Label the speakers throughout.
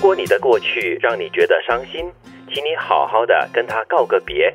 Speaker 1: 果你的过去让你觉得伤心，请你好好的跟他告个别，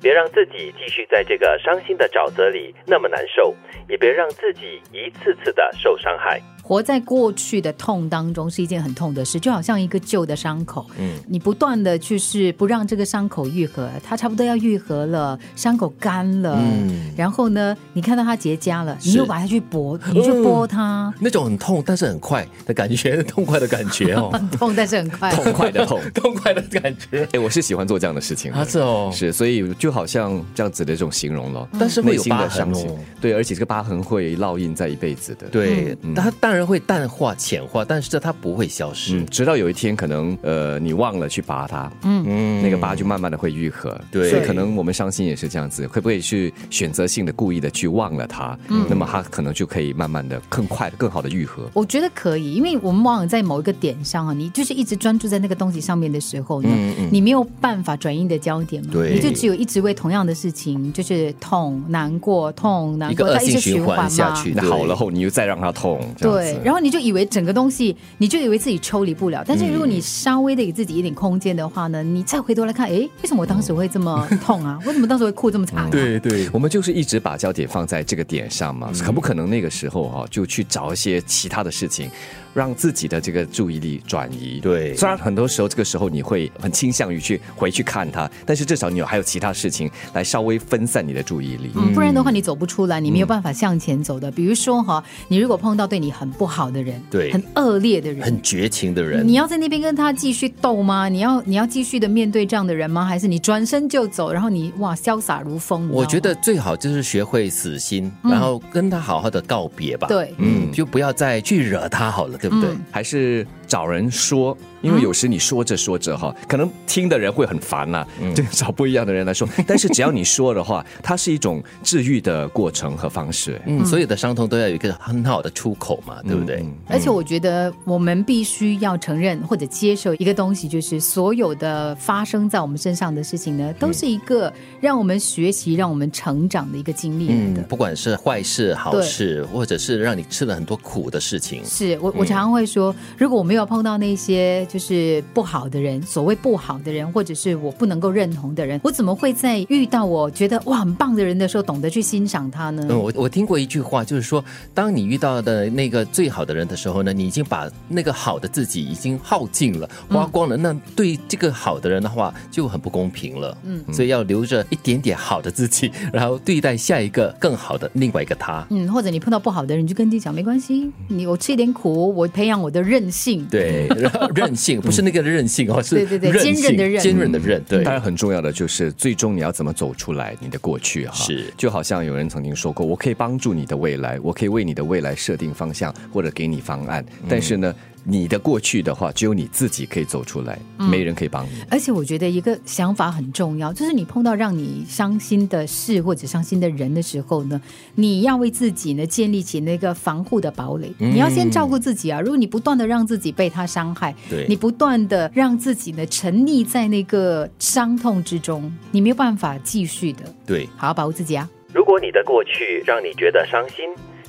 Speaker 1: 别让自己继续在这个伤心的沼泽里那么难受，也别让自己一次次的受伤害。
Speaker 2: 活在过去的痛当中是一件很痛的事，就好像一个旧的伤口，
Speaker 1: 嗯，
Speaker 2: 你不断的就是不让这个伤口愈合，它差不多要愈合了，伤口干了，
Speaker 3: 嗯
Speaker 2: 然后呢，你看到它结痂了，你
Speaker 3: 是
Speaker 2: 又把它去剥，你去剥它，
Speaker 3: 那种很痛但是很快的感觉，痛快的感觉 哦，
Speaker 2: 痛但是很快。
Speaker 4: 痛快 的痛。
Speaker 3: 痛快的感觉。
Speaker 4: 哎，我是喜欢做这样的事情的
Speaker 3: 啊，是哦，
Speaker 4: 是，所以就好像这样子的这种形容咯，
Speaker 3: 但是会
Speaker 4: 内
Speaker 3: 有
Speaker 4: 心
Speaker 3: 疤
Speaker 4: 的
Speaker 3: 痕
Speaker 4: 伤心嗯
Speaker 3: 哦。，
Speaker 4: 对，而且这个疤痕会烙印在一辈子的。，
Speaker 3: 对，它当然会淡化、浅化，但是它不会消失
Speaker 4: 嗯，。直到有一天可能呃你忘了去拔它，
Speaker 3: 嗯
Speaker 4: 那个疤就慢慢的会愈合。
Speaker 3: 对
Speaker 4: 所以可能我们伤心也是这样子，会不会去选择性的故意的去忘了它？
Speaker 3: 嗯
Speaker 4: 那么它可能就可以慢慢的更快的、更好的愈合。
Speaker 2: 我觉得可以，因为我们往往在某一个点上啊，你就是一直专注在那个东西上面的时候呢，你没有办法转移你的焦点嘛，
Speaker 3: 嗯对
Speaker 2: 你就只有一直为同样的事情，就是痛、难过、痛、难
Speaker 3: 一个
Speaker 2: 过，
Speaker 3: 恶
Speaker 2: 它一
Speaker 3: 性
Speaker 2: 直
Speaker 3: 循
Speaker 2: 循
Speaker 3: 环
Speaker 2: 环
Speaker 3: 下
Speaker 2: 嘛。
Speaker 3: 去，
Speaker 4: 那
Speaker 3: 对
Speaker 4: 好了后，你又再让它痛，这样
Speaker 2: 对
Speaker 4: 子，。
Speaker 2: 然后你就以为整个东西，你就以为自己抽离不了。但是如果你稍微的给自己一点空间的话呢，你再回头来看，诶，为什么我当时会这么痛啊？为什么当时会哭这么惨、啊？
Speaker 3: 对对，
Speaker 4: 我们就是一直把焦点放在这个点上嘛，
Speaker 3: 嗯
Speaker 4: 可不可能那个时候啊，就去找一些其他的事情，让自己的这个注意力转移？
Speaker 3: 对
Speaker 4: 虽然很多时候这个时候你会很倾向于去回去看它，但是至少你有还有其他事情来稍微分散你的注意力。
Speaker 2: 嗯，不然的话你走不出来，你没有办法向前走的。比如说哈，你如果碰到对你很不好的人，
Speaker 3: 对
Speaker 2: 很恶劣的人，
Speaker 3: 很绝情的人，
Speaker 2: 你要在那边跟他继续斗吗？你要你要继续的面对这样的人吗？还是你转身就走，然后你哇潇洒如风？你知道
Speaker 3: 我
Speaker 2: 吗
Speaker 3: 觉得最好就是学会死心，然后跟他好好的告别吧。
Speaker 2: 对嗯
Speaker 3: 嗯，就不要再去惹他好了，对不对？
Speaker 4: 还是找人说，
Speaker 3: 嗯
Speaker 4: 因为有时你说着说着哈，可能听的人会很烦呐、
Speaker 3: 嗯
Speaker 4: 就找不一样的人来说。但是只要你说的 话，它是一种治愈的过程和方式。
Speaker 3: 嗯，所有的伤痛都要有一个很好的出口嘛，对不对？
Speaker 4: 嗯
Speaker 2: 而且我觉得我们必须要承认或者接受一个东西，就是所有的发生在我们身上的事情呢，都
Speaker 3: 嗯
Speaker 2: 是一个让我们学习、让我们成长的一个经历来
Speaker 3: 嗯
Speaker 2: 的。，
Speaker 3: 不管是坏事、好
Speaker 2: 对
Speaker 3: 事，或者是让你吃了很多苦的事情，
Speaker 2: 是我，我常常会说，如果我没有碰到那些就是不好的人，所谓不好的人，或者是我不能够认同的人，我怎么会在遇到我觉得哇很棒的人的时候，懂得去欣赏他呢？
Speaker 3: 嗯，我我听过一句话，就是说，当你遇到的那个最好的人的时候呢，你已经把那个好的自己已经耗尽了、
Speaker 2: 嗯
Speaker 3: 花光了，那对这个好的人的话就很不公平了。嗯，所以要留着一点点好的自己，然后对待下一个更好的另外一个他。
Speaker 2: 嗯，或者你碰到不好的人，你就跟自己讲没关系，你我吃一点苦，我培养我的韧性。
Speaker 3: 对，然后韧性不是那个韧性哦，是
Speaker 2: 对对对
Speaker 3: 韧性
Speaker 2: 坚韧的韧嗯
Speaker 3: 坚韧的韧，对
Speaker 4: 嗯当，然很重要的就是最终你要怎么走出来你的过去哈。
Speaker 3: 是
Speaker 4: 就好像有人曾经说过，我可以帮助你的未来，我可以为你的未来设定方向或者给你方案，
Speaker 3: 嗯
Speaker 4: 但是呢，你的过去的话，只有你自己可以走出来，没人可以帮你。
Speaker 2: 而且我觉得一个想法很重要，就是你碰到让你伤心的事或者伤心的人的时候呢，你要为自己呢建立起那个防护的堡垒。你要先照顾自己啊！如果你不断的让自己被他伤害，
Speaker 3: 对
Speaker 2: 你不断的让自己呢沉溺在那个伤痛之中，你没有办法继续的
Speaker 3: 对。
Speaker 2: 好好保护自己啊！
Speaker 1: 如果你的过去让你觉得伤心，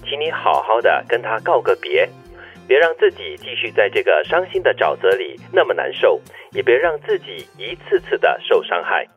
Speaker 1: 请你好好的跟他告个别，别让自己继续在这个伤心的沼泽里那么难受，也别让自己一次次的受伤害。